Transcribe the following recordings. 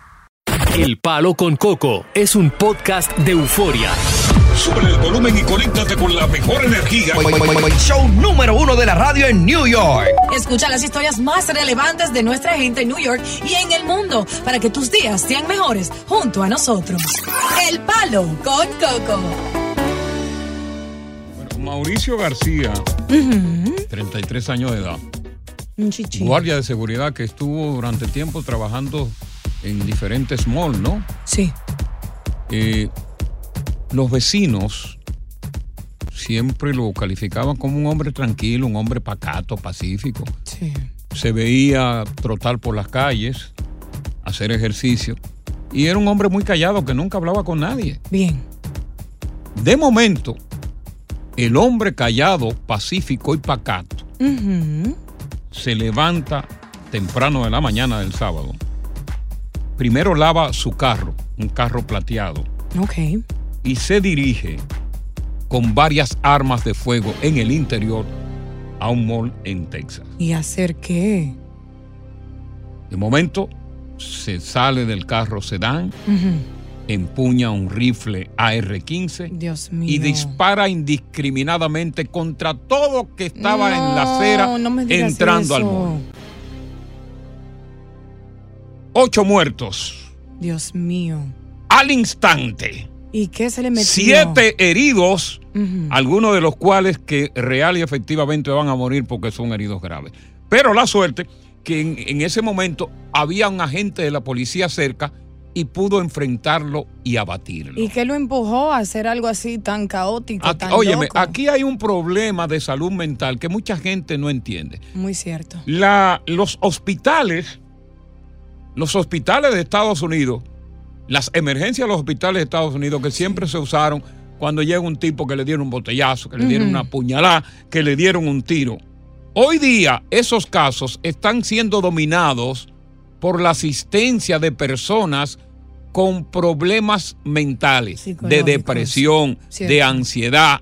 El Palo con Coco es un podcast de euforia. Sube el volumen y conéctate con la mejor energía. Show número uno de la radio en New York. Escucha las historias más relevantes de nuestra gente en New York y en el mundo para que tus días sean mejores junto a nosotros. El Palo con Coco. Mauricio García, 33 años de edad, Un chichi. guardia de seguridad que estuvo durante tiempo trabajando en diferentes malls, ¿no? Sí. Eh, los vecinos siempre lo calificaban como un hombre tranquilo, un hombre pacato, pacífico. Sí. Se veía trotar por las calles, hacer ejercicio, y era un hombre muy callado que nunca hablaba con nadie. Bien. De momento, el hombre callado, pacífico y pacato Ujú. se levanta temprano de la mañana del sábado. Primero lava su carro, un carro plateado, Ok. y se dirige con varias armas de fuego en el interior a un mall en Texas. ¿Y hacer qué? De momento, se sale del carro sedán, Ujú. empuña un rifle AR-15 Dios mío. y dispara indiscriminadamente contra todo que estaba en la No, acera no me digas entrando al eso. mall. Ocho muertos Dios mío. al instante. ¿Y qué se le metió? Siete heridos, Ujú. algunos de los cuales que real y efectivamente van a morir porque son heridos graves. Pero la suerte que en, en ese momento había un agente de la policía cerca y pudo enfrentarlo y abatirlo. ¿Y qué lo empujó a hacer algo así tan caótico, Aquí- tan Ah, óyeme, loco? aquí hay un problema de salud mental que mucha gente no entiende. Muy cierto. La- los hospitales, los hospitales de Estados Unidos, las emergencias de los hospitales de Estados Unidos que siempre se usaron cuando llega un tipo que le dieron un botellazo, que le dieron Ujú. una puñalada, que le dieron un tiro. Hoy día esos casos están siendo dominados por la asistencia de personas con problemas mentales, de Psicológicos. depresión, de Cierto. ansiedad,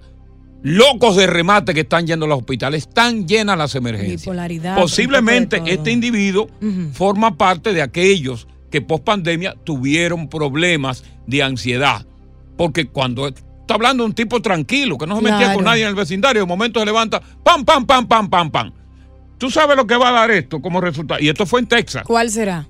locos de remate que están yendo a los hospitales. Están llenas las emergencias. Bipolaridad, Posiblemente un poco de todo. este individuo Ujú. forma parte de aquellos que post pandemia tuvieron problemas de ansiedad. Porque cuando está hablando un tipo tranquilo, que no se metía Claro. con nadie en el vecindario, de momento se levanta, pam, pam, pam, pam, pam, pam. Tú sabes lo que va a dar esto como resultado. Y esto fue en Texas. ¿Cuál será?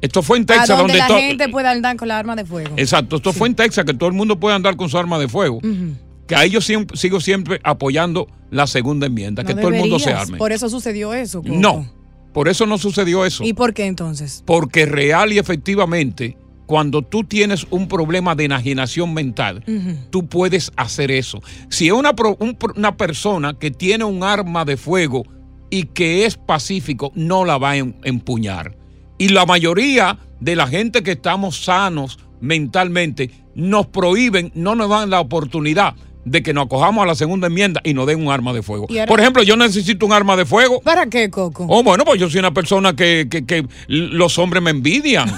Esto fue en A Texas donde la to- gente puede andar con la arma de fuego. Exacto, esto Sí. Mm. fue en Texas, que todo el mundo puede andar con su arma de fuego. Ujú. Que ahí yo siempre- sigo siempre apoyando la segunda enmienda, No que todo el mundo se deberías. arme. Por eso sucedió eso. Coco. No, por eso no sucedió eso. ¿Y por qué entonces? Porque real y efectivamente, cuando tú tienes un problema de enajenación mental, Ujú. tú puedes hacer eso. Si es una, pro- un pro- una persona que tiene un arma de fuego y que es pacífico, no la va a em- empuñar. Y la mayoría de la gente que estamos sanos mentalmente nos prohíben, no nos dan la oportunidad de que nos acojamos a la segunda enmienda y nos den un arma de fuego. Y ahora- Por ejemplo, yo necesito un arma de fuego. ¿Para qué, Coco? Oh, bueno, pues yo soy una persona que, que- que los hombres me envidian.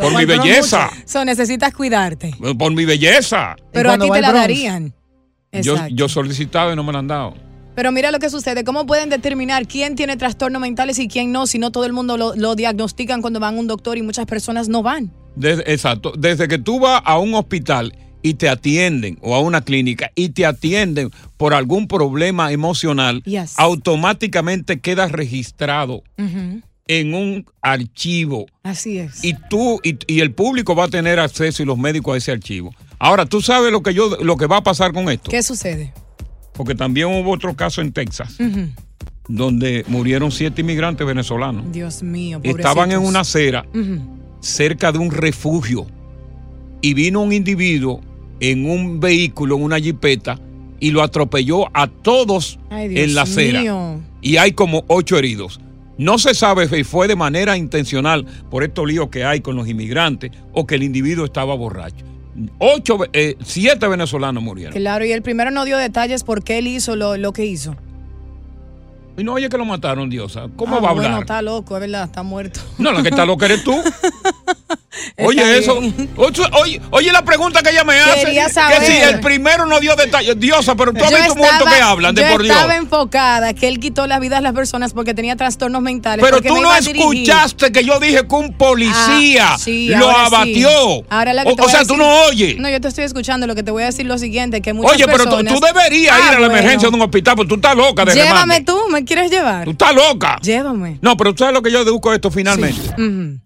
por mi belleza. So, necesitas cuidarte. Por mi belleza. Pero a cuando ti va te el la Bronx? darían. Yo, Exacto. yo solicitaba y no me la han dado. Pero mira lo que sucede. ¿Cómo pueden determinar quién tiene trastornos mentales y quién no? Si no todo el mundo lo, lo diagnostican cuando van a un doctor y muchas personas no van. Desde- exacto. Desde que tú vas a un hospital y te atienden o a una clínica y te atienden por algún problema emocional, Yes. automáticamente quedas registrado Ujú. en un archivo Así es. y tú y, y el público va a tener acceso y los médicos a ese archivo. Ahora, tú sabes lo que yo lo que va a pasar con esto, ¿Qué sucede? porque también hubo otro caso en Texas Ujú. donde murieron siete inmigrantes venezolanos. Dios mío. Estaban en pobrecitos. una acera Ujú. cerca de un refugio y vino un individuo en un vehículo, en una jipeta, y lo atropelló a todos Ay, Dios en la acera. mío. Y hay como ocho heridos. No se sabe si fue de manera intencional por estos líos que hay con los inmigrantes o que el individuo estaba borracho. Ocho, ve- eh, siete venezolanos murieron. Claro, y el primero no dio detalles por qué él hizo lo, lo que hizo. Y no oye que lo mataron, Diosa. ¿Cómo Ah, va a Bueno, hablar? está loco, es verdad, está muerto. No, la que está loca eres tú. Oye, Está eso. bien. Ocho- Oye, oye la pregunta que ella me hace. Quería Que saber. si el primero no dio detalles. Diosa, pero tú has Yo visto muertos que hablan, de yo por Dios. estaba enfocada que él quitó la vida a las personas porque tenía trastornos mentales. Pero porque tú me no iba a dirigir. escuchaste que yo dije que un policía Ah, sí, lo ahora sí. abatió. Ahora la que o, te o voy a sea, tú decir- no oyes. No, yo te estoy escuchando. Lo que te voy a decir es lo siguiente: que muchas Oye, pero tú- personas- tú deberías Ah, ir a la bueno. emergencia de un hospital, porque tú estás loca de Llévame remate. tú, ¿me quieres llevar? Tú estás loca. Llévame. No, pero tú sabes lo que yo deduzco de esto finalmente. Ujú,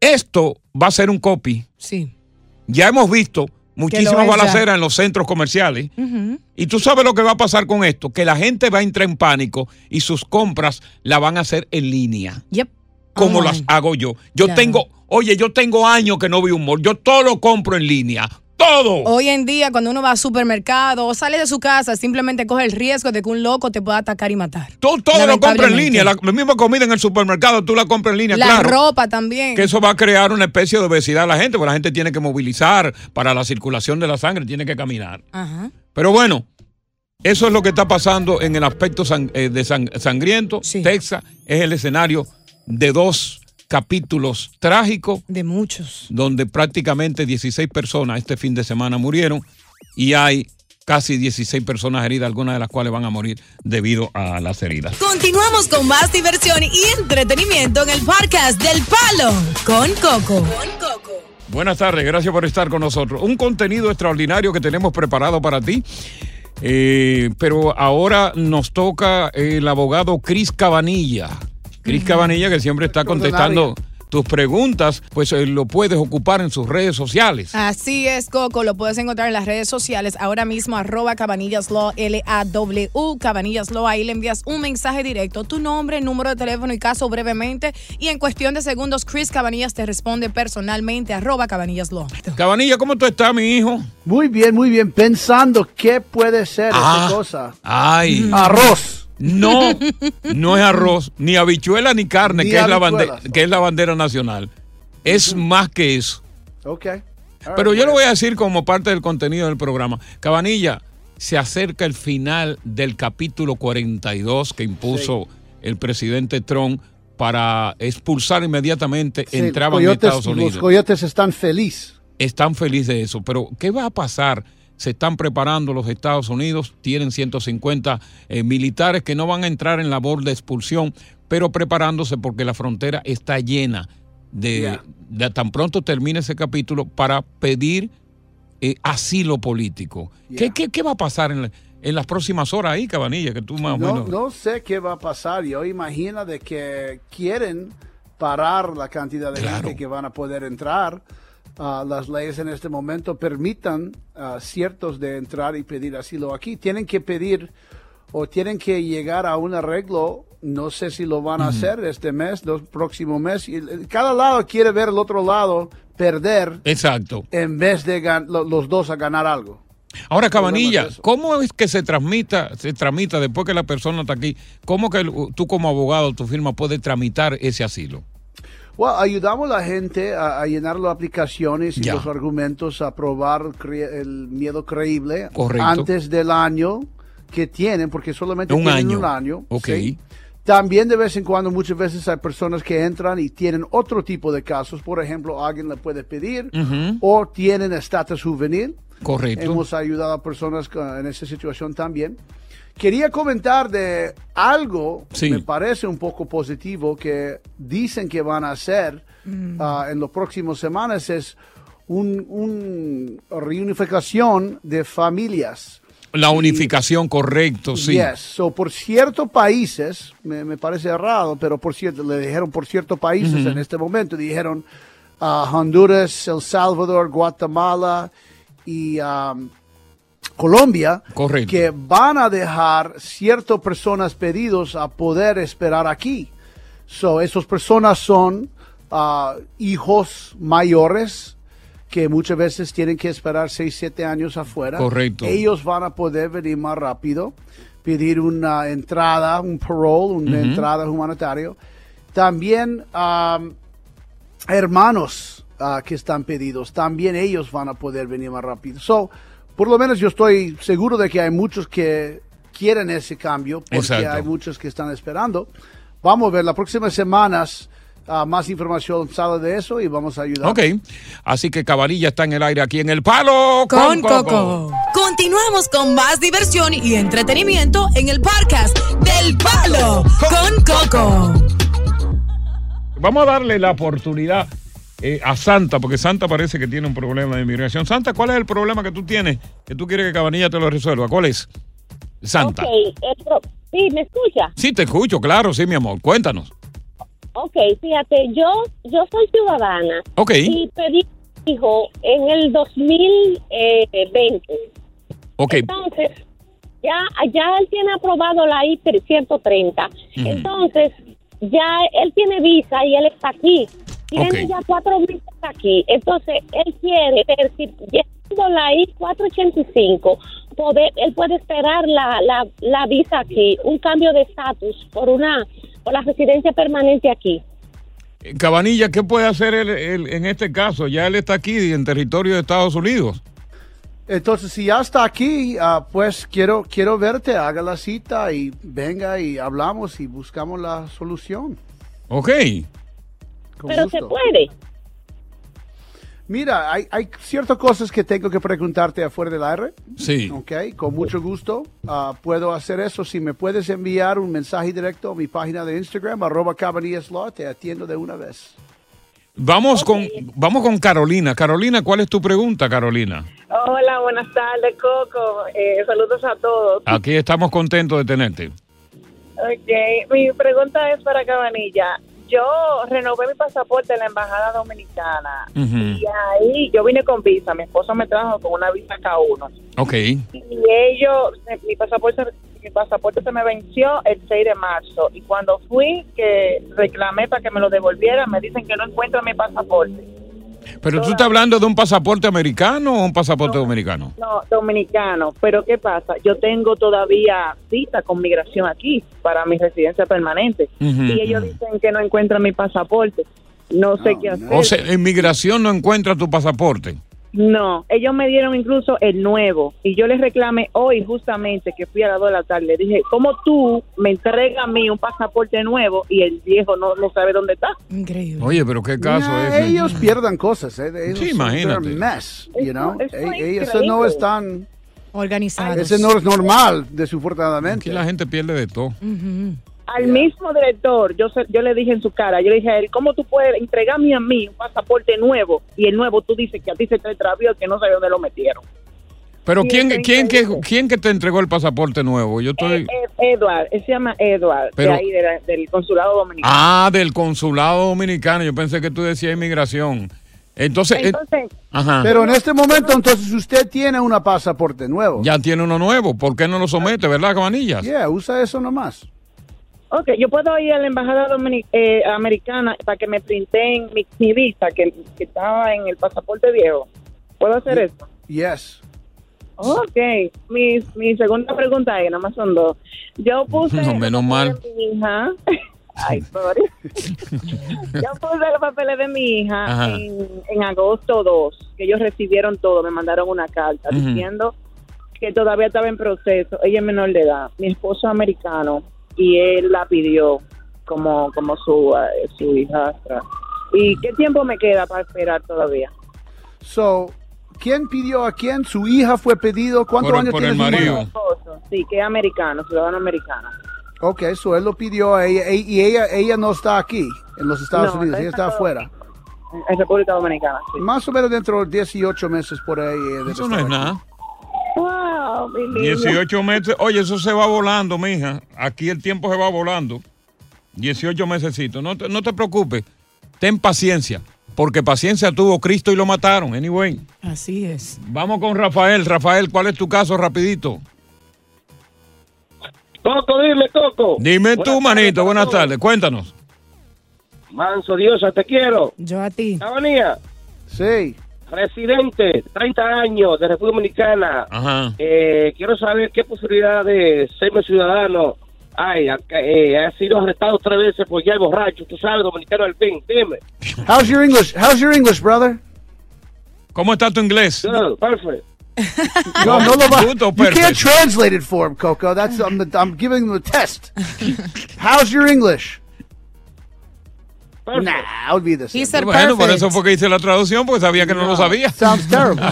Esto va a ser un copy. sí. Ya hemos visto muchísimas es ya. balaceras en los centros comerciales. Ujú. Y tú sabes lo que va a pasar con esto, que la gente va a entrar en pánico y sus compras la van a hacer en línea, Yep. como Online. las hago yo. Yo Claro. tengo, oye, yo tengo años que no vi un mall, yo todo lo compro en línea, todo. Hoy en día, cuando uno va al supermercado o sale de su casa, simplemente coge el riesgo de que un loco te pueda atacar y matar. Tú todo lo compras en Lamentablemente. línea, la, la misma comida en el supermercado, tú la compras en línea, La claro. ropa también. Que eso va a crear una especie de obesidad a la gente, porque la gente tiene que movilizar para la circulación de la sangre, tiene que caminar. Ajá. Pero bueno, eso es lo que está pasando en el aspecto san- eh, de san- sangriento. Sí. Texas es el escenario de dos capítulos trágicos De muchos. donde prácticamente 16 personas este fin de semana murieron y hay casi 16 personas heridas, algunas de las cuales van a morir debido a las heridas. Continuamos con más diversión y entretenimiento en el podcast del Palo con Coco. Buenas tardes, gracias por estar con nosotros. Un contenido extraordinario que tenemos preparado para ti. Eh, pero ahora nos toca el abogado Cris Cabanilla. Cris Cabanilla, que siempre está contestando tus preguntas, pues eh, lo puedes ocupar en sus redes sociales. Así es, Coco. Lo puedes encontrar en las redes sociales ahora mismo, arroba Cabanillas Law, L-A-W, Cabanillas Law. Ahí le envías un mensaje directo, tu nombre, número de teléfono y caso brevemente. Y en cuestión de segundos, Chris Cabanillas te responde personalmente, arroba Cabanillas Law. Cabanilla, ¿cómo tú estás, mi hijo? Muy bien, muy bien. Pensando qué puede ser Ah, esa cosa. Ay, Arroz. no, no es arroz, ni habichuela ni carne, Ni que es, la bande- habichuelas. que es la bandera nacional. Es más que eso. Ok. All Pero right, yo Ah, bueno. lo voy a decir como parte del contenido del programa. Cabanilla, se acerca el final del capítulo 42 que impuso el presidente Trump para expulsar inmediatamente Sí, entraban los en coyotes- Estados Unidos. Los coyotes están feliz. Están felices de eso, pero ¿qué va a pasar? Se están preparando los Estados Unidos, tienen 150 eh, militares que no van a entrar en labor de expulsión, pero preparándose porque la frontera está llena de, Ya. de- tan pronto termine ese capítulo para pedir eh, asilo político. Ya. ¿Qué, qué, qué va a pasar en, la- en las próximas horas ahí, Cabanilla? Que tú más o No, menos- no sé qué va a pasar. Yo imagino de que quieren parar la cantidad de Claro. gente que van a poder entrar. Ah, las leyes en este momento permitan a ciertos de entrar y pedir asilo aquí. Tienen que pedir o tienen que llegar a un arreglo. No sé si lo van a hacer este mes, dos, próximo mes. Y el- cada lado quiere ver el otro lado perder Exacto. en vez de gan- lo- los dos a ganar algo. Ahora, problema Cabanilla, es eso. ¿cómo es que se transmita, se tramita después que la persona está aquí? ¿Cómo que el- tú como abogado, tu firma puede tramitar ese asilo? Bueno, ayudamos a la gente a, a llenar las aplicaciones y Ya. los argumentos, a probar cre- el miedo creíble Correcto. antes del año que tienen, porque solamente Un tienen año. un año. Ok. ¿sí? También de vez en cuando, muchas veces hay personas que entran y tienen otro tipo de casos. Por ejemplo, alguien le puede pedir Ujú. o tienen estatus juvenil. Correcto. Hemos ayudado a personas ca- en esa situación también. Quería comentar de algo, Sí. me parece un poco positivo, que dicen que van a hacer ah, en las próximas semanas, es una un reunificación de familias. La unificación, correcto, sí. Yes. So, por ciertos países, me, me parece errado, pero por cierto, le dijeron por ciertos países en este momento, dijeron ah, Honduras, El Salvador, Guatemala y am, Colombia, Correcto. que van a dejar ciertas personas pedidos a poder esperar aquí. So, esas personas son ah, hijos mayores que muchas veces tienen que esperar 6, 7 años afuera. Correcto. Ellos van a poder venir más rápido. pedir una entrada, un parole, una entrada humanitario. También am, hermanos ah, que están pedidos, también ellos van a poder venir más rápido. So, por lo menos yo estoy seguro de que hay muchos que quieren ese cambio, porque Exacto. hay muchos que están esperando. Vamos a ver, las próximas semanas ah, más información sale de eso y vamos a ayudar. Ok, así que Cabanilla está en el aire aquí en el palo con Coco. Continuamos con más diversión y entretenimiento en el podcast del Palo con Coco. Vamos a darle la oportunidad eh, a Santa, porque Santa parece que tiene un problema de inmigración. Santa, ¿cuál es el problema que tú tienes? Que tú quieres que Cabanilla te lo resuelva. ¿Cuál es? Santa. Ok, el pro- sí, ¿me escucha? Sí, te escucho, claro, sí, mi amor. Cuéntanos. Ok, fíjate, yo, yo soy ciudadana Ok. y pedí hijo en el 2020. Ok, Entonces, ya, ya él tiene aprobado la I-330. Entonces, ya él tiene visa y él está aquí. Tiene Ok. ya cuatro visas aquí. Entonces, él quiere, ver si llegando la I-485, poder, él puede esperar la, la, la visa aquí, un cambio de estatus por una por la residencia permanente aquí. Cabanilla, ¿qué puede hacer él, él en este caso? Ya él está aquí en territorio de Estados Unidos. Entonces, si ya está aquí, ah, pues quiero, quiero verte, haga la cita y venga y hablamos y buscamos la solución. Ok. Con Pero se gusto. puede. Mira, hay, hay ciertas cosas que tengo que preguntarte afuera del aire. Sí. Ok, con mucho gusto. ah, puedo hacer eso. Si me puedes enviar un mensaje directo a mi página de Instagram, arroba Cabanillas Law, te atiendo de una vez. Vamos, con, vamos con Carolina. Carolina, ¿cuál es tu pregunta, Carolina? Hola, buenas tardes, Coco. Eh, saludos a todos. Aquí estamos contentos de tenerte. Ok, mi pregunta es para Cabanilla. Yo renové mi pasaporte en la Embajada Dominicana Ujú. y ahí yo vine con visa. Mi esposo me trajo con una visa K1. Ok. Y ellos, eh, mi pasaporte, mi pasaporte se me venció el 6 de marzo. Y cuando fui, que reclamé para que me lo devolvieran, me dicen que no encuentro mi pasaporte. Pero tú estás hablando de un pasaporte americano o un pasaporte dominicano? No, dominicano. Pero ¿qué pasa? Yo tengo todavía cita con migración aquí para mi residencia permanente. Ujú, y ellos ujú. dicen que no encuentran mi pasaporte. No sé Oh, qué no. hacer. O sea, en migración no encuentra tu pasaporte. no, ellos me dieron incluso el nuevo. Y yo les reclamé hoy justamente que fui a las 2 de la tarde. Dije, ¿cómo tú me entregas a mí un pasaporte nuevo y el viejo no, no sabe dónde está? Increíble. Oye, pero qué caso Nah, es. Ellos pierdan cosas, ¿eh? Ellos Sí, they're imagínate. a mess, you know? Eso- eso Eh, es eh, eso no increíble. están... Ah, Organizados. Ese no es normal, Aquí desafortunadamente. la gente pierde de todo. Ujú. Al mismo director, yo se- yo le dije en su cara, yo le dije a él, ¿cómo tú puedes entregarme a mí un pasaporte nuevo? Y el nuevo tú dices que a ti se te extravió y que no sabía dónde lo metieron. Pero Sí, ¿quién, está quién, que, increíble. ¿quién que te entregó el pasaporte nuevo? Yo estoy... Eh, eh, Edward, él se llama Edward, Pero- de ahí, de la- del consulado dominicano. Ah, del consulado dominicano. Yo pensé que tú decías inmigración. Entonces, eh, Entonces, ajá. Pero en este momento, entonces, usted tiene un pasaporte nuevo. ya tiene uno nuevo. ¿Por qué no lo somete, verdad, Cabanillas? Yeah, usa eso nomás. ok, yo puedo ir a la embajada domini- eh, americana para que me printen mi, mi visa que, que estaba en el pasaporte viejo. ¿Puedo hacer eso? Yes. Ok, mi, mi segunda pregunta es, nada más son dos. Yo puse... No, menos los mal. papeles de Mi hija. Ay, sorry. yo puse los papeles de mi hija Ajá. en, en agosto 2, que ellos recibieron todo, me mandaron una carta Ujú. diciendo que todavía estaba en proceso. Ella es menor de edad, mi esposo es americano y él la pidió como, como su, eh, su hijastra. ¿Y qué tiempo me queda para esperar todavía? So, ¿quién pidió a quién? ¿Su hija fue pedido? ¿Cuántos Por- años por tiene el su marido. hija? Mi esposo, sí, que es americano, ciudadano americano. Ok, so él lo pidió a ella e- y ella, ella no está aquí en los Estados No, Unidos, está ella está en afuera. En República Dominicana, sí. Más o menos dentro de 18 meses por ahí. eh, debe Eso no estar es aquí. nada. Wow, mi niño. 18 meses. Oye, eso se va volando, mija. Aquí el tiempo se va volando. 18 mesecitos. No te, no te preocupes. Ten paciencia. Porque paciencia tuvo Cristo y lo mataron. Anyway. Así es. Vamos con Rafael. Rafael, ¿cuál es tu caso rapidito? Coco, dime, Coco. Dime Buenas tú, tardes manito. para Buenas todos. tardes. Cuéntanos. Manso Diosa, te quiero. Yo a ti. Cabanilla, Sí. Residente, 30 años de República Dominicana. Ajá. Eh, quiero saber qué posibilidad de serme ciudadano hay. Acá, eh, ha sido arrestado tres veces por ya borracho, tú sabes, dominicano al fin. Dime. How's your English? How's your English, brother? ¿Cómo está tu inglés? Good, perfect. No, no lo va. Bruto, You can't perfect. translate it for him, Coco. That's I'm, the, I'm giving him a test. How's your English? perfect. Nah, I would be the same. He said Bueno, por perfect. eso fue que hice la traducción, porque sabía que no, lo sabía. Sounds terrible.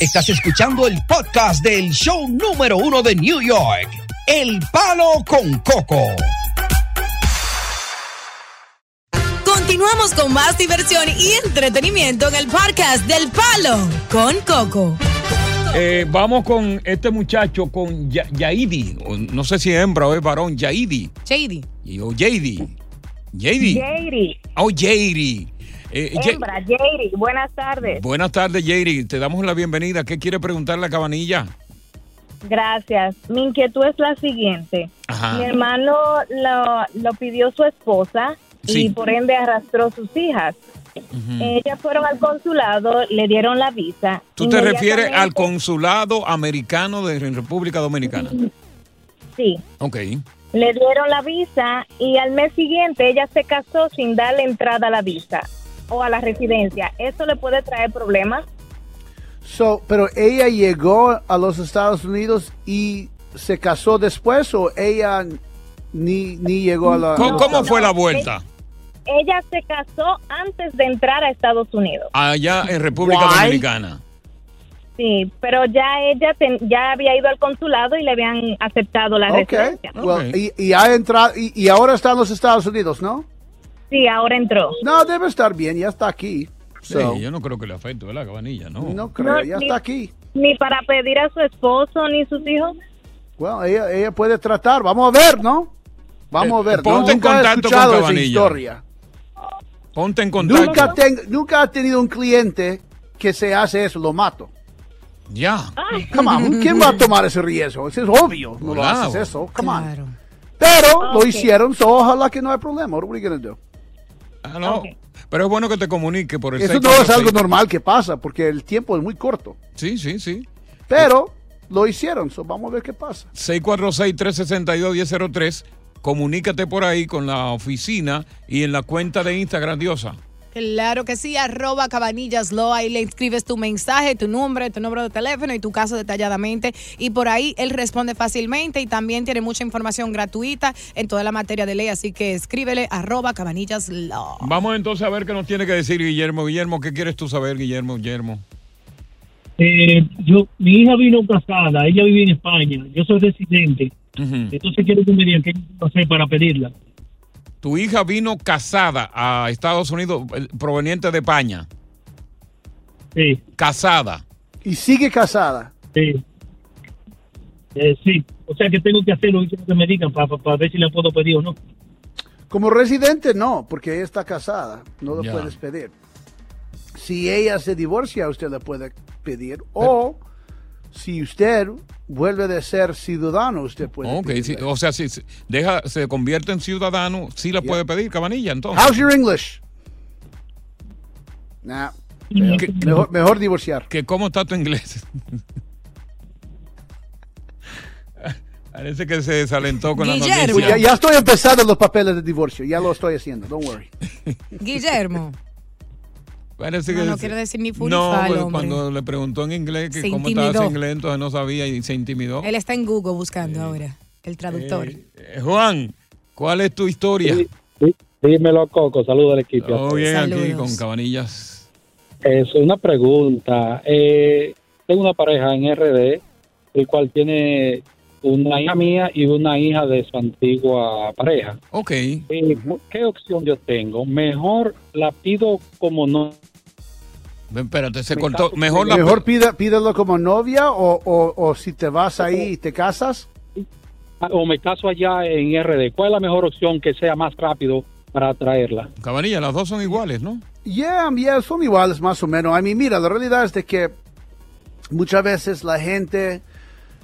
Estás escuchando el podcast del show número uno de New York, El Palo con Coco. Continuamos con más diversión y entretenimiento en el podcast del Palo con Coco. Eh, vamos con este muchacho, con Ya- Yaidi. o No sé si es hembra o es varón. Yaidi. Shady. Y- O Yaidi. Yaidi. Jairi, Oh, Yaidi. Eh, Ya- hembra, Jairi, buenas tardes. Buenas tardes, Yairi. Te damos la bienvenida. ¿Qué quiere preguntar la cabanilla? Gracias. Mi inquietud es la siguiente. Ajá. Mi hermano lo, lo pidió su esposa Sí. Mm. y por ende arrastró sus hijas. Ellas fueron al consulado, le dieron la visa. ¿Tú te refieres al Inmediatamente- consulado americano de República Dominicana? Sí, Ok. le dieron la visa y al mes siguiente ella se casó sin darle entrada a la visa o a la residencia. ¿Eso le puede traer problemas? So, pero ella llegó a los Estados Unidos y se casó después o ella ni, ni llegó a la. ¿Cómo, cómo no, fue no. la vuelta Ella se casó antes de entrar a Estados Unidos. allá en República Why? Dominicana? Sí, pero ya ella ten- ya había ido al consulado y le habían aceptado la Okay. residencia. Well, Ok. y, y ha entrado y, y ahora está en los Estados Unidos, ¿no? Sí, ahora entró. No, debe estar bien. Ya está aquí. Sí, So, yo no creo que le afecte, ¿verdad, cabanilla? No. Eh, no creo. No, ya ni- está aquí. Ni para pedir a su esposo ni sus hijos. Bueno, ella, ella puede tratar. Vamos a ver, ¿no? Vamos a ver. Eh, ponte en Nunca he contacto con escuchado esa Cabanilla. historia. Ponte en contacto. Nunca, ten- nunca ha tenido un cliente que se hace eso, lo mato. Ya. Come on, ¿quién va a tomar ese riesgo? Eso es obvio, no lo Claro. haces eso, come on. Claro. Pero lo Ok. hicieron, so ojalá que no hay problema. What are we gonna do? Ah, no. Ok. Pero es bueno que te comunique por el Eso no 646. es algo normal que pasa porque el tiempo es muy corto. Sí, sí, sí. Pero lo hicieron, so vamos a ver qué pasa. 646-362-1003. Comunícate por ahí con la oficina y en la cuenta de Instagram, Diosa. Claro que sí, arroba cabanillas Loa, ahí le inscribes tu mensaje, tu nombre, tu número de teléfono y tu caso detalladamente. Y por ahí él responde fácilmente y también tiene mucha información gratuita en toda la materia de ley, así que escríbele arroba cabanillas Loa. Vamos entonces a ver qué nos tiene que decir Guillermo. Guillermo, ¿qué quieres tú saber, Guillermo? Guillermo. Eh, yo, mi hija vino casada, ella vive en España, yo soy residente, Ujú. entonces quiero que me digan qué puedo hacer para pedirla. Tu hija vino casada a Estados Unidos, eh, proveniente de España. Sí, Casada. Y sigue casada. sí. Eh, sí, o sea que tengo que hacer lo último que me digan para ver si la puedo pedir o no. Como residente, no, porque ella está casada, no lo Ya. puedes pedir. Si ella se divorcia, usted le puede pedir. O si usted vuelve de ser ciudadano, usted puede Ok, sí, pedirle. o sea, si si deja, se convierte en ciudadano, sí la Yeah. puede pedir, cabanilla, entonces. How's your English? Nah. Mejor, ¿Qué? mejor- mejor divorciar. que cómo está tu inglés. Parece que se desalentó con la Guillermo. Pues ya, noticia. ya estoy empezando los papeles de divorcio. Ya lo estoy haciendo. Don't worry. Guillermo, Parece No, que no se- quiere decir ni fu ni No, fa el pues, hombre. cuando le preguntó en inglés que Se cómo estaba intimidó. Eh. su inglés, entonces no sabía y se intimidó. él está en Google buscando ahora, el traductor. Eh, Juan, ¿cuál es tu historia? Dímelo, Coco, saludos al equipo. Todo bien aquí Saludos. con cabanillas. Es una pregunta. Eh, tengo una pareja en RD, el cual tiene una hija mía y una hija de su antigua pareja. Ok, Eh, ¿Qué opción yo tengo? Mejor la pido como no. ven, espérate, se Me cortó. está- Mejor la... Mejor pida, pídelo como novia o, o- o si te vas ahí y te casas. O me caso allá en RD. ¿Cuál es la mejor opción que sea más rápido para traerla? Cabanilla, las dos son iguales, ¿no? Yeah, yeah, son iguales más o menos. I mean, mira, la realidad es de que muchas veces la gente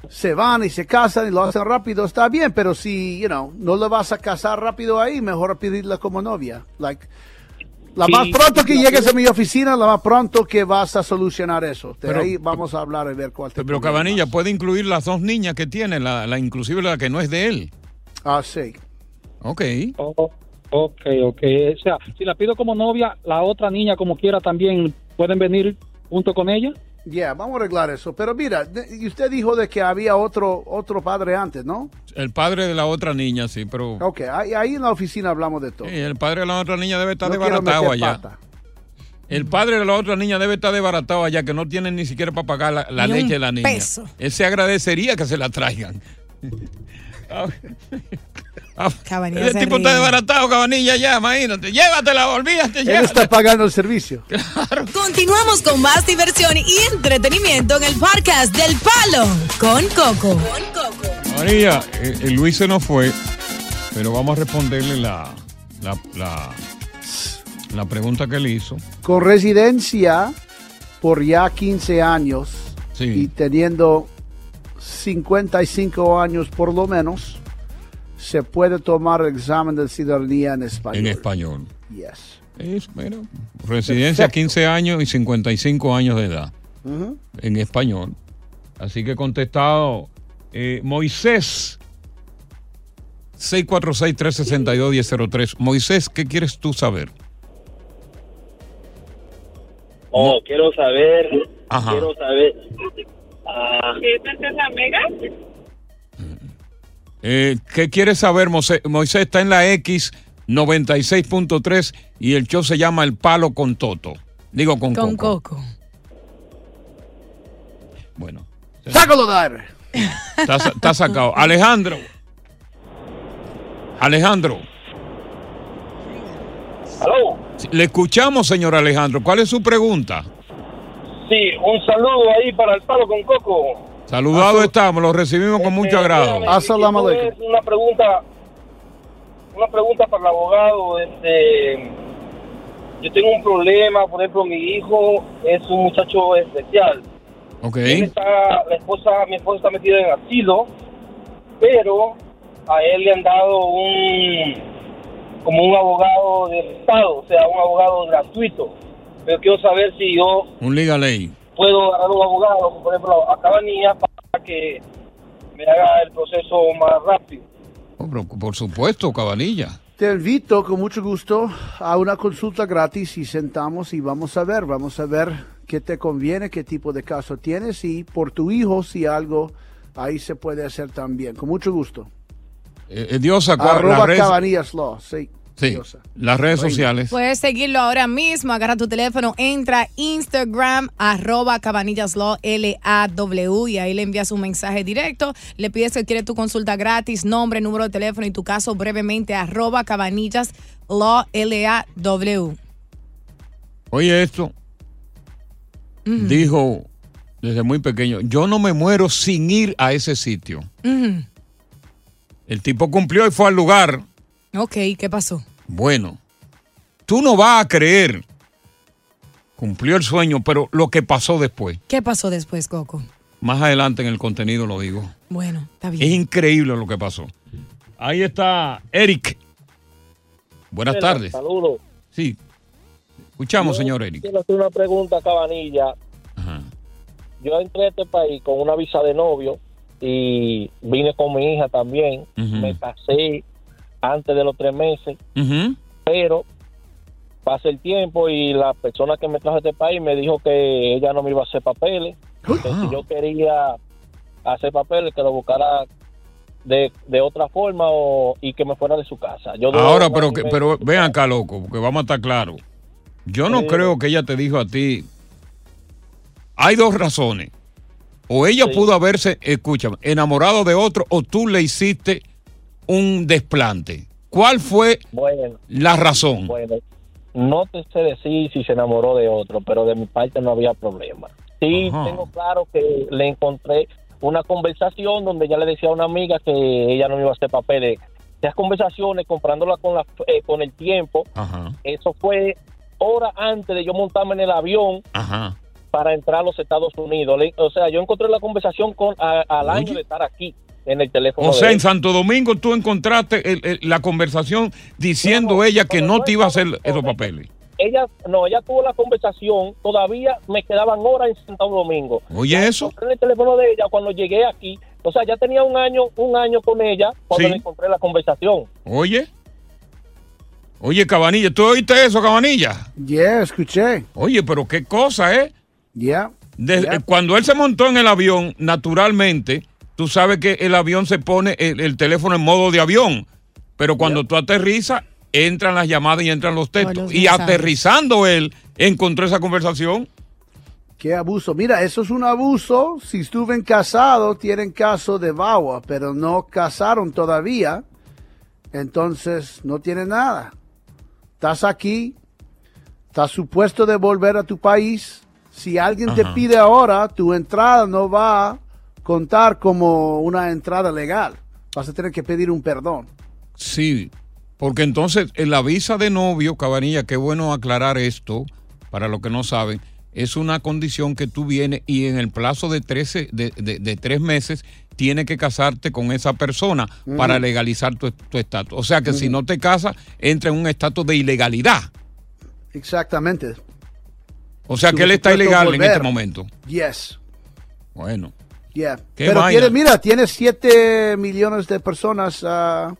se van y se casan y lo hacen rápido, está bien, pero si, you know, no le vas a casar rápido ahí, mejor pedirla como novia. Like, La Sí. más pronto que llegues a mi oficina, la más pronto que vas a solucionar eso. De Pero- ahí vamos a hablar y ver cuál te Pero conviene. Cabanilla puede incluir las dos niñas que tiene, la, la inclusive la que no es de él. Ah, sí. Ok. Oh, Ok, ok. O sea, si la pido como novia, la otra niña como quiera también pueden venir junto con ella. Ya, vamos a arreglar eso. Pero mira, de- y usted dijo de que había otro otro padre antes, ¿no? El padre de la otra niña, sí, pero... Ok, ahí, ahí en la oficina hablamos de todo. Sí, el padre de la otra niña debe estar No quiero desbaratado meter allá. pata. El padre de la otra niña debe estar desbaratado allá, que no tienen ni siquiera para pagar la, la Ni un leche de la niña. peso. Él se agradecería que se la traigan. Cabanilla Ese se tipo ríe. está desbaratado, cabanilla, ya, imagínate. Llévatela, olvídate, Él llévatela. está pagando el servicio. Continuamos con más diversión y entretenimiento en el podcast del Palo con Coco. María, eh, eh, Luis se nos fue, pero vamos a responderle la, la, la, la pregunta que le hizo. Con residencia por ya 15 años y teniendo 55 años por lo menos, se puede tomar el examen de ciudadanía en español. En español. Yes. Es, mira, Residencia 15 años y 55 años de edad. Ujú. en español. Así que he contestado eh, Moisés 646-362-1003. Moisés, ¿qué quieres tú saber? Oh, quiero saber. Ajá. Quiero saber. Ah, Eh, ¿Qué quieres saber, Moisés? Moisés está en la X 96.3 y el show se llama El Palo con Toto. Digo con, Con Coco. Coco. Bueno, ¡Sácalo de aire! está, sa- está sacado. Alejandro. Alejandro. Le escuchamos, señor Alejandro. ¿Cuál es su pregunta? sí, un saludo ahí para el palo con Coco. Eh, Saludado estamos, lo recibimos con Este, mucho agrado. Esto es Una pregunta, una pregunta para el abogado. Este, yo tengo un problema, por ejemplo, mi hijo es un muchacho especial. Ok. Él está, la esposa, mi esposa está metida en asilo, pero a él le han dado un como un abogado del Estado, o sea, un abogado gratuito. Pero quiero saber si yo Un Liga Ley. puedo agarrar un abogado, por ejemplo, a Cabanillas, para que me haga el proceso más rápido. Oh, pero por supuesto, Cabanilla. Te invito con mucho gusto a una consulta gratis y sentamos y vamos a ver, vamos a ver qué te conviene, qué tipo de caso tienes y por tu hijo si algo ahí se puede hacer también. Con mucho gusto. Eh, eh, Diosa, ¿cuál- Arroba las redes, Cabanillas Law, sí. sí, las redes sociales. Puedes seguirlo ahora mismo, agarra tu teléfono, entra a Instagram, arroba cabanillaslaw, L-A-W, y ahí le envías un mensaje directo, le pides que quiere tu consulta gratis, nombre, número de teléfono y tu caso brevemente, arroba cabanillaslaw, L-A-W. Oye, esto dijo desde muy pequeño: Yo no me muero sin ir a ese sitio. Ujú. El tipo cumplió y fue al lugar. Ok, ¿qué pasó? Bueno, tú no vas a creer. Cumplió el sueño, pero lo que pasó después, ¿Qué pasó después, Coco? más adelante en el contenido lo digo. Bueno, está bien. Es increíble lo que pasó. Ahí está Eric. Buenas tardes. Saludos. Sí. Escuchamos, Yo señor Eric. Quiero hacer una pregunta a Cabanilla. Yo entré a este país con una visa de novio y vine con mi hija también. Me casé antes de los tres meses, pero pasa el tiempo y la persona que me trajo a este país me dijo que ella no me iba a hacer papeles. que Ah. si yo quería hacer papeles, que lo buscara de, de otra forma o, y que me fuera de su casa. Yo duré Ahora, un pero, año que, y medio. pero ven acá, loco, porque vamos a estar claros. Yo no Eh. creo que ella te dijo a ti. Hay dos razones. O ella pudo haberse, escúchame, enamorado de otro, o tú le hiciste un desplante. ¿Cuál fue Bueno. la razón? Bueno, no te sé decir si se enamoró de otro, pero de mi parte no había problema. Sí, Ajá. tengo claro que le encontré una conversación donde ya le decía a una amiga que ella no me iba a hacer papeles. Esas conversaciones, comprándola con, la, eh, con el tiempo, Ajá, eso fue horas antes de yo montarme en el avión ajá. para entrar a los Estados Unidos. Le- o sea, yo encontré la conversación con, a- al año de estar aquí en el teléfono. O sea, de en ella. Santo Domingo tú encontraste el- el- la conversación diciendo ella que no te iba a hacer esos papeles. ella, no, ella tuvo la conversación, todavía me quedaban horas en Santo Domingo. Oye, eso. Encontré el teléfono de ella cuando llegué aquí. O sea, ya tenía un año, un año con ella cuando Sí. le encontré la conversación. Oye. Oye, Cabanilla, ¿tú oíste eso, Cabanilla? Yeah, escuché. Oye, pero qué cosa, ¿eh? Ya. Desde- Ya. eh, Cuando él se montó en el avión, naturalmente, tú sabes que el avión se pone el, el teléfono en modo de avión. Pero cuando tú aterrizas, entran las llamadas y entran los textos. los y mensajes. aterrizando él, encontró esa conversación. Qué abuso. Mira, eso es un abuso. Si estuven casados, tienen caso de VAWA, pero no casaron todavía. Entonces, no tienen nada. Estás aquí, estás supuesto de volver a tu país. Si alguien te Ajá. pide ahora, tu entrada no va a contar como una entrada legal. Vas a tener que pedir un perdón. Sí, porque entonces en la visa de novio, Cabanilla, qué bueno aclarar esto para los que no saben, es una condición que tú vienes y en el plazo de, 13, de, de- de tres meses tienes que casarte con esa persona Ujú. para legalizar tu tu estatus. O sea que si no te casas, entra en un estatus de ilegalidad. Exactamente. O sea que Tú él está supuesto ilegal en volver. este momento. Yes. Bueno. Yeah. Qué Pero vaina. tiene, mira, tiene 7 millones de personas, ah,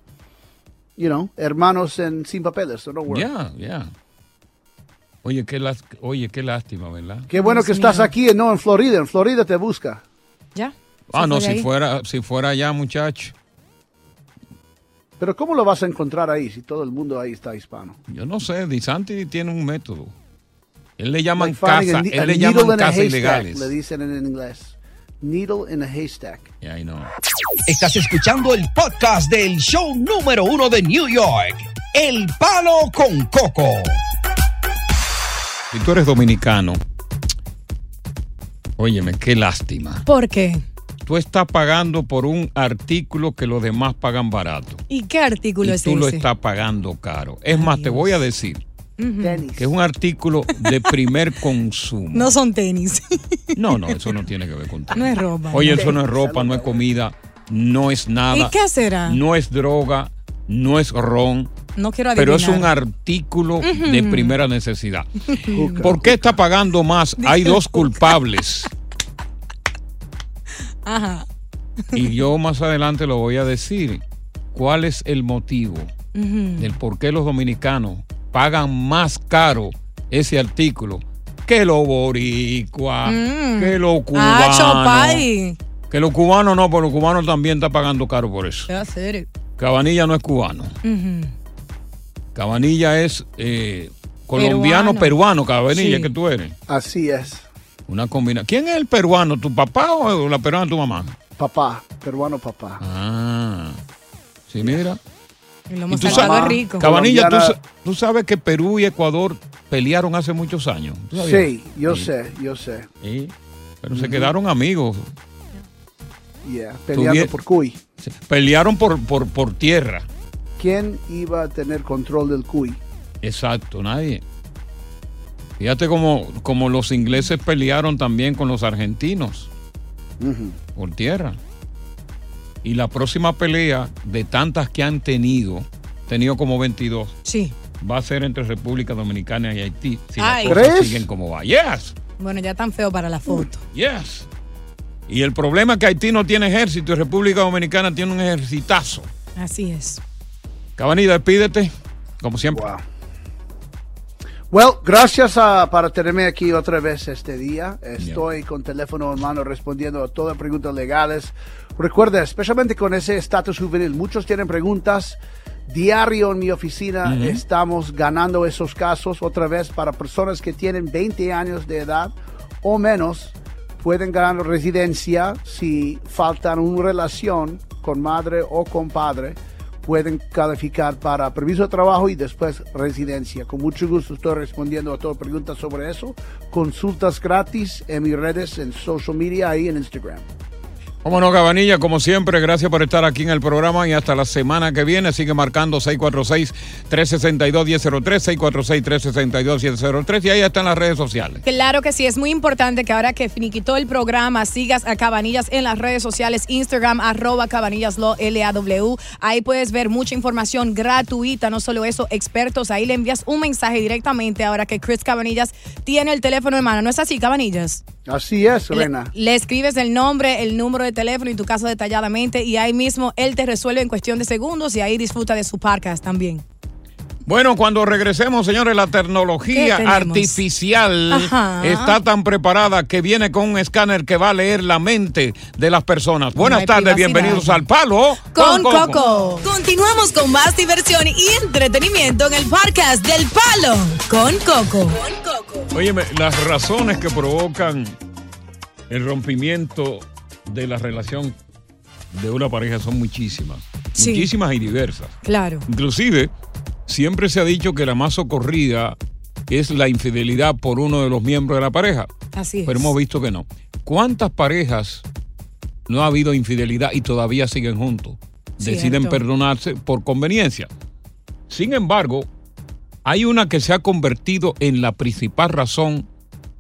you know, hermanos en, sin papeles, so don't worry. Ya, ya. Oye, qué lás- oye, qué lástima, ¿verdad? Qué bueno que estás aquí, no, en Florida, en Florida te busca. Ya. Ah, no, si ahí. fuera, si fuera allá, muchacho. Pero ¿cómo lo vas a encontrar ahí si todo el mundo ahí está hispano? Yo no sé, Di Santi tiene un método. Él le llaman Like finding casa, a ne- a él le needle llaman in a casa haystack, ilegales. Le dicen en inglés. Needle in a haystack. Yeah, I know. Estás escuchando el podcast del show número uno de New York, El Palo con Coco. Si tú eres dominicano, óyeme, qué lástima. ¿Por qué? Tú estás pagando por un artículo que los demás pagan barato. ¿Y qué artículo Y es tú lo ese? estás pagando caro. Es más, te voy a decir Ujú. que es un artículo de primer consumo. No son tenis. No, no, eso no tiene que ver con todo. No es ropa. Oye, eso no es ropa, no es comida, no es nada. ¿Y qué será? No es droga, no es ron. No quiero adivinar. Pero es un artículo Ujú. de primera necesidad. ¿Por qué está pagando más? Hay dos culpables. Ajá. Y yo más adelante lo voy a decir. ¿Cuál es el motivo Ujú. del por qué los dominicanos pagan más caro ese artículo que los boricuas, Mm. que los Ah, cubanos? Chopay. Que los cubanos no, pero los cubanos también están pagando caro por eso. ¿Qué va a hacer? Cabanilla no es cubano. Ujú. Cabanilla es eh, colombiano, peruano, Cabanilla, Sí. que tú eres. Así es. Una combinación. ¿Quién es el peruano? ¿Tu papá o la peruana tu mamá? Papá, peruano papá. Ah. Sí, mira. El Y lomo tú saltado sabes- es rico. Cabanilla, tú, Colombiana- sa- tú sabes que Perú y Ecuador pelearon hace muchos años. ¿Tú sabías? Sí, yo sé, yo sé. Sí. Pero se Ujú. quedaron amigos. Yeah, peleando Tuvie- por cuy. Se- Pelearon por, por, por tierra. ¿Quién iba a tener control del cuy? Exacto, nadie. Fíjate como, como los ingleses pelearon también con los argentinos por tierra. Y la próxima pelea de tantas que han tenido, tenido como 22, sí. va a ser entre República Dominicana y Haití. Si las Ay. cosas ¿Crees? siguen como va. Yes, Bueno, ya tan feo para la foto. yes. Y el problema es que Haití no tiene ejército y República Dominicana tiene un ejercitazo. Así es. Cabanilla, despídete, como siempre. Well, gracias a, para tenerme aquí otra vez este día. Estoy con teléfono en mano respondiendo a todas preguntas legales. Recuerda, especialmente con ese estatus juvenil, muchos tienen preguntas. Diario en mi oficina Ujú. estamos ganando esos casos otra vez para personas que tienen 20 años de edad o menos. Pueden ganar residencia si faltan una relación con madre o con padre pueden calificar para permiso de trabajo y después residencia. Con mucho gusto estoy respondiendo a todas preguntas sobre eso. Consultas gratis en mis redes, en social media, ahí en Instagram. Cómo no, Cabanilla, como siempre, gracias por estar aquí en el programa y hasta la semana que viene. Sigue marcando 646-362-1003, 646-362-1003 y ahí están las redes sociales. Claro que sí, es muy importante que ahora que finiquitó el programa, sigas a Cabanillas en las redes sociales, Instagram, arroba cabanillaslo, L-A-W. Ahí puedes ver mucha información gratuita, no solo eso, expertos. Ahí le envías un mensaje directamente ahora que Chris Cabanillas tiene el teléfono en mano. ¿No es así, Cabanillas? Así es, Rena. Le escribes el nombre, el número de teléfono y tu caso detalladamente y ahí mismo él te resuelve en cuestión de segundos y ahí disfruta de su podcast también. Bueno, cuando regresemos, señores, la tecnología ¿Qué tenemos? artificial Ajá. está tan preparada que viene con un escáner que va a leer la mente de las personas. Buenas hay tardes, privacidad. bienvenidos al Palo con Coco. Continuamos con más diversión y entretenimiento en el podcast del Palo con Coco. Óyeme, las razones que provocan el rompimiento de la relación de una pareja son muchísimas. Sí. Muchísimas y diversas. Claro. Inclusive, siempre se ha dicho que la más socorrida es la infidelidad por uno de los miembros de la pareja. Así es. Pero hemos visto que no. ¿Cuántas parejas no ha habido infidelidad y todavía siguen juntos? Deciden Cierto. perdonarse por conveniencia. Sin embargo, hay una que se ha convertido en la principal razón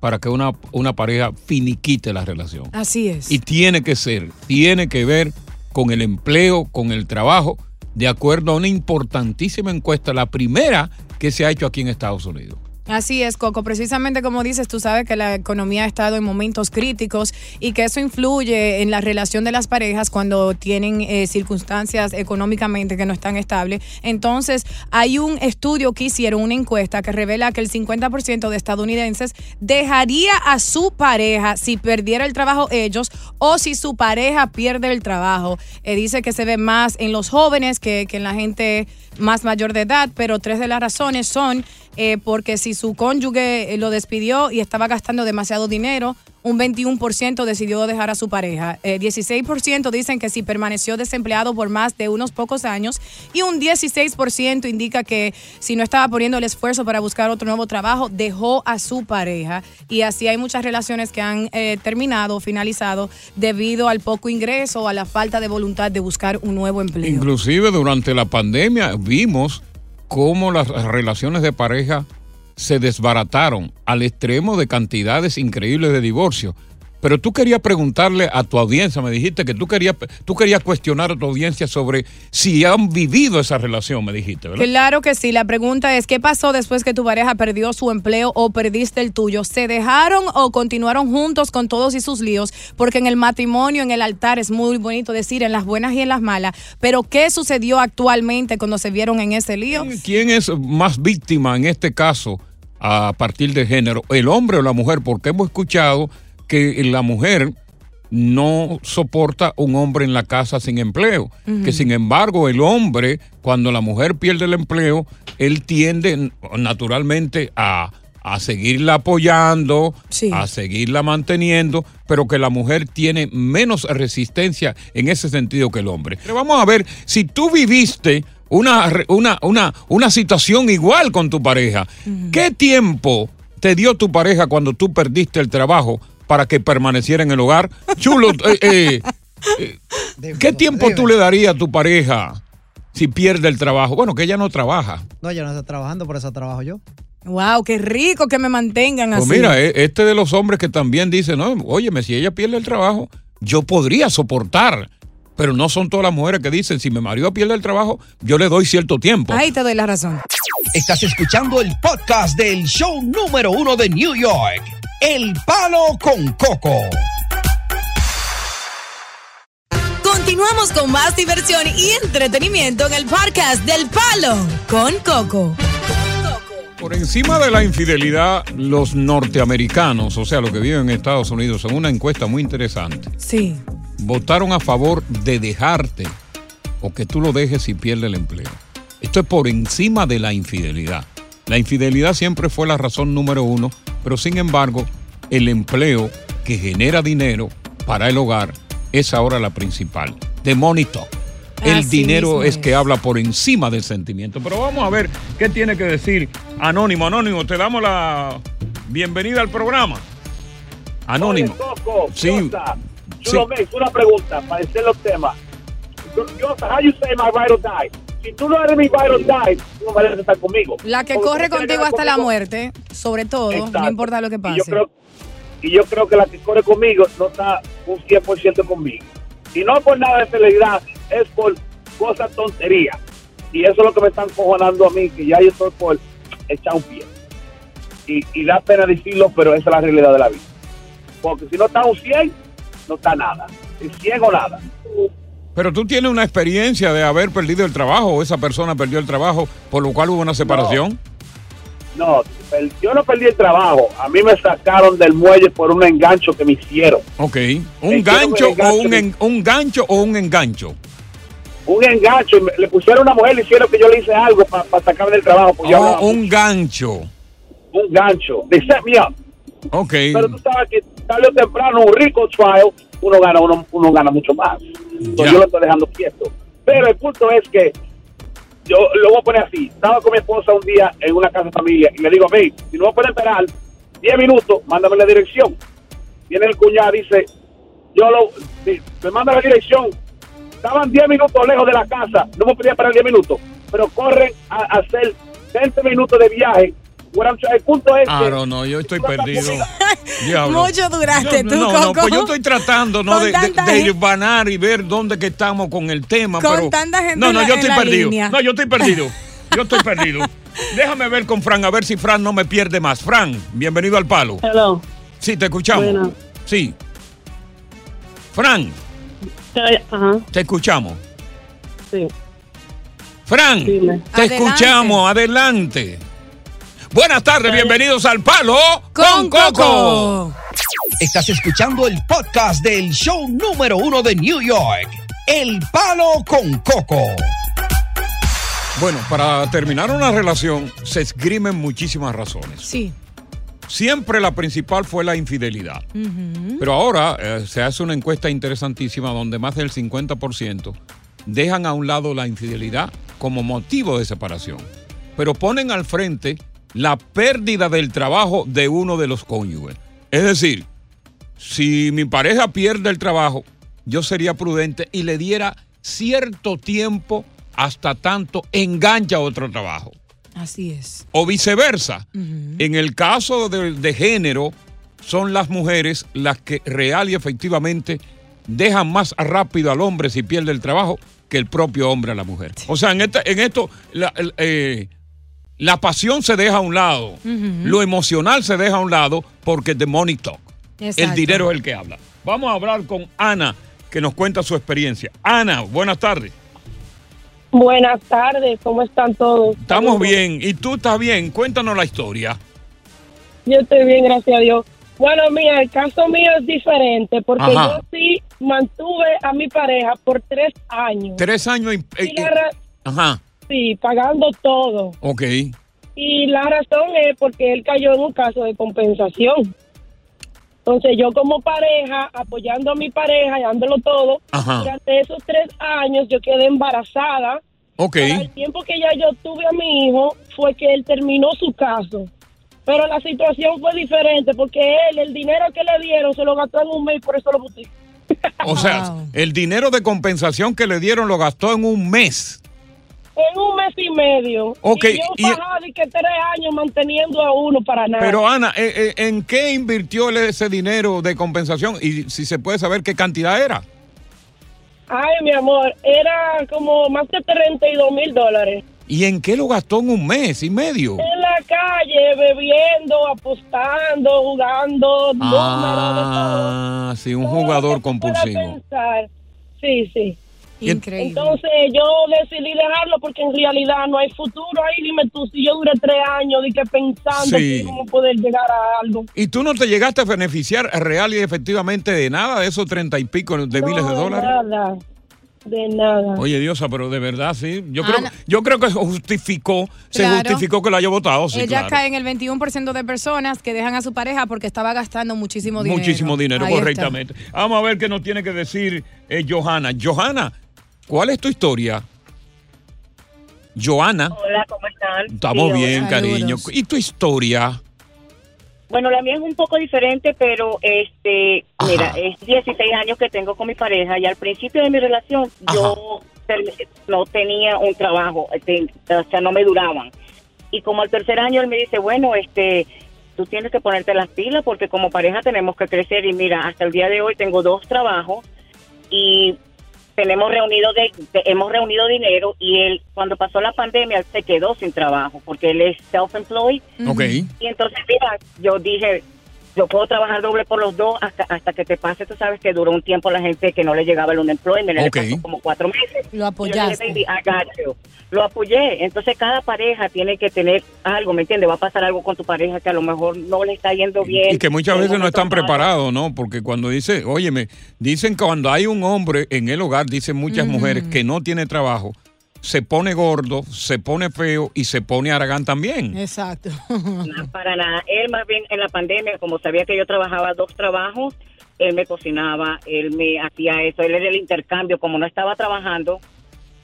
para que una, una pareja finiquite la relación. Así es. Y tiene que ser, tiene que ver con el empleo, con el trabajo, de acuerdo a una importantísima encuesta, la primera que se ha hecho aquí en Estados Unidos. Así es, Coco. Precisamente como dices, tú sabes que la economía ha estado en momentos críticos y que eso influye en la relación de las parejas cuando tienen eh, circunstancias económicamente que no están estables. Entonces, hay un estudio que hicieron, una encuesta que revela que el 50% de estadounidenses dejaría a su pareja si perdiera el trabajo ellos o si su pareja pierde el trabajo. Eh, dice que se ve más en los jóvenes que, que en la gente más mayor de edad, pero tres de las razones son eh, porque si su cónyuge eh, lo despidió y estaba gastando demasiado dinero, un 21% decidió dejar a su pareja. Eh, 16% dicen que si permaneció desempleado por más de unos pocos años y un 16% indica que si no estaba poniendo el esfuerzo para buscar otro nuevo trabajo, dejó a su pareja. Y así hay muchas relaciones que han eh, terminado, finalizado, debido al poco ingreso o a la falta de voluntad de buscar un nuevo empleo. Inclusive durante la pandemia vimos cómo las relaciones de pareja se desbarataron al extremo de cantidades increíbles de divorcio. Pero tú querías preguntarle a tu audiencia, me dijiste que tú querías, tú querías cuestionar a tu audiencia sobre si han vivido esa relación, me dijiste, ¿verdad? Claro que sí. La pregunta es, ¿qué pasó después que tu pareja perdió su empleo o perdiste el tuyo? ¿Se dejaron o continuaron juntos con todos y sus líos? Porque en el matrimonio, en el altar, es muy bonito decir en las buenas y en las malas. Pero ¿qué sucedió actualmente cuando se vieron en ese lío? ¿Quién es más víctima en este caso a partir de género, el hombre o la mujer? Porque hemos escuchado que la mujer no soporta un hombre en la casa sin empleo, Ujú. que sin embargo el hombre, cuando la mujer pierde el empleo, él tiende naturalmente a, a seguirla apoyando, a seguirla manteniendo, pero que la mujer tiene menos resistencia en ese sentido que el hombre. Pero vamos a ver, si tú viviste una, re- una, una, una situación igual con tu pareja, ¿qué tiempo te dio tu pareja cuando tú perdiste el trabajo para que permaneciera en el hogar? Chulo, eh, eh, eh, ¿qué tiempo tú le darías a tu pareja si pierde el trabajo? Bueno, que ella no trabaja. No, yo no estoy trabajando, por eso trabajo yo. Wow, qué rico que me mantengan Pues así. mira, eh, este de los hombres que también dice, no, óyeme, si ella pierde el trabajo, yo podría soportar. Pero no son todas las mujeres que dicen, si mi marido pierde el trabajo, yo le doy cierto tiempo. Ahí te doy la razón. Estás escuchando el podcast del show número uno de New York, El Palo con Coco. Continuamos con más diversión y entretenimiento en el podcast del Palo con Coco. Por encima de la infidelidad, los norteamericanos, o sea, los que viven en Estados Unidos, en una encuesta muy interesante, Sí. votaron a favor de dejarte o que tú lo dejes si pierde el empleo. Esto es por encima de la infidelidad. La infidelidad siempre fue la razón número uno, pero sin embargo, el empleo que genera dinero para el hogar es ahora la principal. De monito. Así El mismo dinero es es. que habla por encima del sentimiento. Pero vamos a ver qué tiene que decir Anónimo. Anónimo, te damos la bienvenida al programa. Anónimo. Oye, Coco, Sí. Costa, yo Tú lo ves, una pregunta para hacer los temas. Yo, yo- how you say my right or die? Si tú no eres mi right or die, tú no mereces estar conmigo. La que Porque corre tú tienes contigo que hasta la conmigo. muerte, sobre todo, no Exacto. importa lo que Y yo, pase. creo, y yo creo que la que corre conmigo no está un 100% conmigo. Y no por nada de celeridad, es por cosas tonterías. Y eso es lo que me están cojonando a mí, que ya yo estoy por echar un pie. Y, y da pena decirlo, pero esa es la realidad de la vida. Porque si no está un 100, no está nada. Es ciego nada. Pero tú tienes una experiencia de haber perdido el trabajo, o esa persona perdió el trabajo, por lo cual hubo una separación. No, per- yo no perdí el trabajo. A mí me sacaron del muelle por un engancho que me hicieron. Ok. ¿Un Me gancho hicieron o un, enganche. en- un gancho o un engancho? un engancho y me- le pusieron a una mujer le hicieron que yo le hice algo para sacarme del trabajo porque yo Oh, hablaba un gancho. mucho. un gancho they set me up Ok. pero tú sabes que tarde o temprano un rico trial uno gana uno, uno gana mucho más Entonces, yo lo estoy dejando quieto pero el punto es que yo lo voy a poner así estaba con mi esposa un día en una casa de familia y le digo babe si no me pueden esperar 10 minutos mándame la dirección viene el cuñado dice yo lo di- me manda la dirección estaban 10 minutos lejos de la casa, no me podía parar 10 minutos, pero corren a, a hacer 20 minutos de viaje. Bueno, o sea, el punto es Ah, que no, no, yo estoy perdido. Diablo. Mucho duraste No, tú, no, no, Coco. pues yo estoy tratando ¿no? Con de, de- tanta de gente. irvanar y ver dónde que estamos con el tema. Con pero- tanta gente no, no, en la- yo en estoy la perdido. línea. No, yo estoy perdido. Yo estoy perdido. Déjame ver con Fran, a ver si Fran no me pierde más. Fran, bienvenido al palo. Hello. Sí, te escuchamos. Buenas. Sí. Fran, Ay, Ajá, te escuchamos. sí. Fran, Dime. te Adelante. escuchamos, adelante. Buenas tardes, bienvenidos al Palo con Coco. Estás escuchando el podcast del show número uno de New York, El Palo con Coco. Bueno, para terminar una relación se esgrimen muchísimas razones. Sí. Siempre la principal fue la infidelidad. Ujú. Pero ahora eh, se hace una encuesta interesantísima donde más del 50% dejan a un lado la infidelidad como motivo de separación, pero ponen al frente la pérdida del trabajo de uno de los cónyuges. Es decir, si mi pareja pierde el trabajo, yo sería prudente y le diera cierto tiempo hasta tanto engancha otro trabajo Así es. o viceversa. En el caso de, de género, son las mujeres las que real y efectivamente dejan más rápido al hombre si pierde el trabajo que el propio hombre a la mujer. O sea, en, esta- en esto la, el- eh, la pasión se deja a un lado, lo emocional se deja a un lado porque the money talk. El Exacto. dinero es el que habla. Vamos a hablar con Ana, que nos cuenta su experiencia. Ana, buenas tardes. Buenas tardes, ¿cómo están todos? Estamos bien. ¿Y tú estás bien? Cuéntanos la historia. Yo estoy bien, gracias a Dios. Bueno, mira, el caso mío es diferente porque Ajá. yo sí mantuve a mi pareja por tres años. Tres años. y- eh, Y la ra- Ajá, sí, pagando todo. ok. Y la razón es porque él cayó en un caso de compensación. Entonces yo como pareja, apoyando a mi pareja y dándolo todo, Ajá. durante esos tres años yo quedé embarazada. Ok. Para el tiempo que ya yo tuve a mi hijo fue que él terminó su caso. Pero la situación fue diferente porque él, el dinero que le dieron, se lo gastó en un mes y por eso lo boté. O sea, el dinero de compensación que le dieron lo gastó en un mes. En un mes y medio. Ok, Y yo y- fajada y que tres años manteniendo a uno para nada. Pero Ana, eh, eh, ¿en qué invirtió él ese dinero de compensación? Y si se puede saber qué cantidad era. Ay, mi amor, era como más de 32 mil dólares. ¿Y en qué lo gastó en un mes y medio? En la calle, bebiendo, apostando, jugando, Ah, sí, un jugador compulsivo. pensar. Sí, sí. Y- Increíble. Entonces yo decidí dejarlo porque en realidad no hay futuro ahí. Dime tú, si yo duré tres años de que pensando Sí. que cómo poder llegar a algo. ¿Y tú no te llegaste a beneficiar real y efectivamente de nada de esos treinta y pico de miles de No, dólares? Nada, de nada. Oye, Diosa, pero de verdad, sí. Ah, Yo creo, yo creo que justificó, se Claro. justificó que lo haya votado. Oh, Sí, Ella claro. cae en el 21% de personas que dejan a su pareja porque estaba gastando muchísimo dinero. Muchísimo dinero, Ahí correctamente. Vamos a ver qué nos tiene que decir eh, Johanna. Johanna, ¿cuál es tu historia? Johanna, Hola, ¿cómo están? estamos Sí, bien, hola. cariño. ¿Y tu historia? Bueno, la mía es un poco diferente, pero este, mira, es 16 años que tengo con mi pareja y al principio de mi relación yo ter- no tenía un trabajo, este, o sea, no me duraban. Y como al tercer año él me dice, bueno, este, tú tienes que ponerte las pilas porque como pareja tenemos que crecer y mira, hasta el día de hoy tengo dos trabajos y tenemos reunido de, de- hemos reunido dinero y él cuando pasó la pandemia él se quedó sin trabajo porque él es self-employed Ok. y entonces, mira, yo dije, yo puedo trabajar doble por los dos hasta, hasta que te pase. Tú sabes que duró un tiempo la gente que no le llegaba el unemployment, Ok. le pasó como cuatro meses. Lo apoyaste. Lo apoyé. Entonces, cada pareja tiene que tener algo, ¿me entiendes? Va a pasar algo con tu pareja que a lo mejor no le está yendo bien. Y que Eh, muchas En veces no momentos están preparados, ¿no? Porque cuando dice, óyeme, dicen que cuando hay un hombre en el hogar, dicen muchas mujeres que no tiene trabajo, se pone gordo, se pone feo y se pone aragán también. Exacto. para nada. Él más bien en la pandemia, como sabía que yo trabajaba dos trabajos, él me cocinaba, él me hacía eso, él era el intercambio, como no estaba trabajando,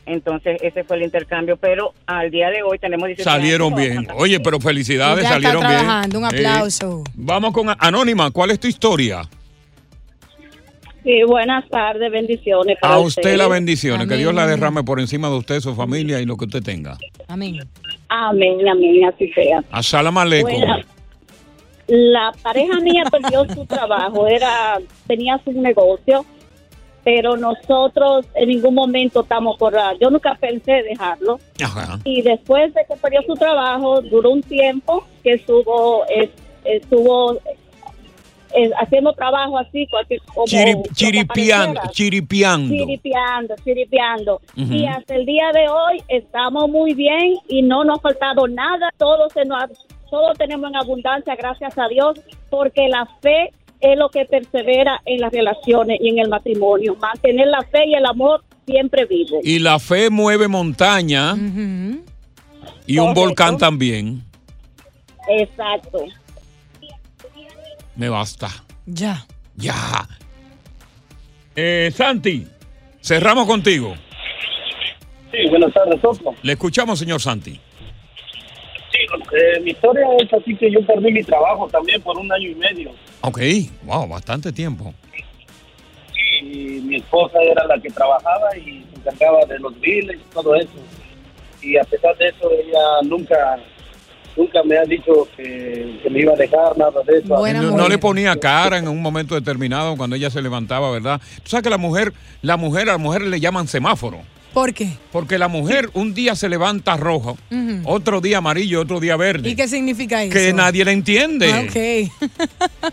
entonces ese fue el intercambio, pero al día de hoy tenemos 16 años. Salieron bien. Oye, pero felicidades, Ya está salieron trabajando, bien. un Eh, aplauso. vamos con Anónima, ¿cuál es tu historia? Sí, buenas tardes, bendiciones. Para A usted la ustedes. bendición, que Dios la derrame por encima de usted, su familia y lo que usted tenga. Amén. Amén, amén, así sea. Assalam alaikum. Bueno, la pareja mía perdió su trabajo, era tenía su negocio, pero nosotros en ningún momento estamos por... Yo nunca pensé dejarlo. Ajá. Y después de que perdió su trabajo, duró un tiempo que estuvo, es- estuvo eh, haciendo trabajo así, cualquier, como, Chiri- chiripiando, apareciera. chiripiando. Chiripiando, chiripiando. Ujú. Y hasta el día de hoy estamos muy bien y no nos ha faltado nada. Todo, se nos, ha- todo tenemos en abundancia, gracias a Dios, porque la fe es lo que persevera en las relaciones y en el matrimonio. Mantener la fe y el amor siempre vive. Y la fe mueve montaña y un volcán también. Exacto. Me basta. Ya. Ya. Eh, Santi, cerramos contigo. Sí, buenas tardes, Soto. Le escuchamos, señor Santi. Sí, eh, mi historia es así que yo perdí mi trabajo también por un año y medio. Ok, wow, bastante tiempo. y mi esposa era la que trabajaba y se encargaba de los biles y todo eso. Y a pesar de eso, ella nunca nunca me ha dicho que, que me iba a dejar nada de eso. No, no le ponía cara en un momento determinado cuando ella se levantaba, ¿verdad? Tú sabes que la mujer, la mujer, a la mujer le llaman semáforo. ¿Por qué? Porque la mujer un día se levanta rojo, Ujú. otro día amarillo, otro día verde. ¿Y qué significa eso? que nadie la entiende. Ah, ok.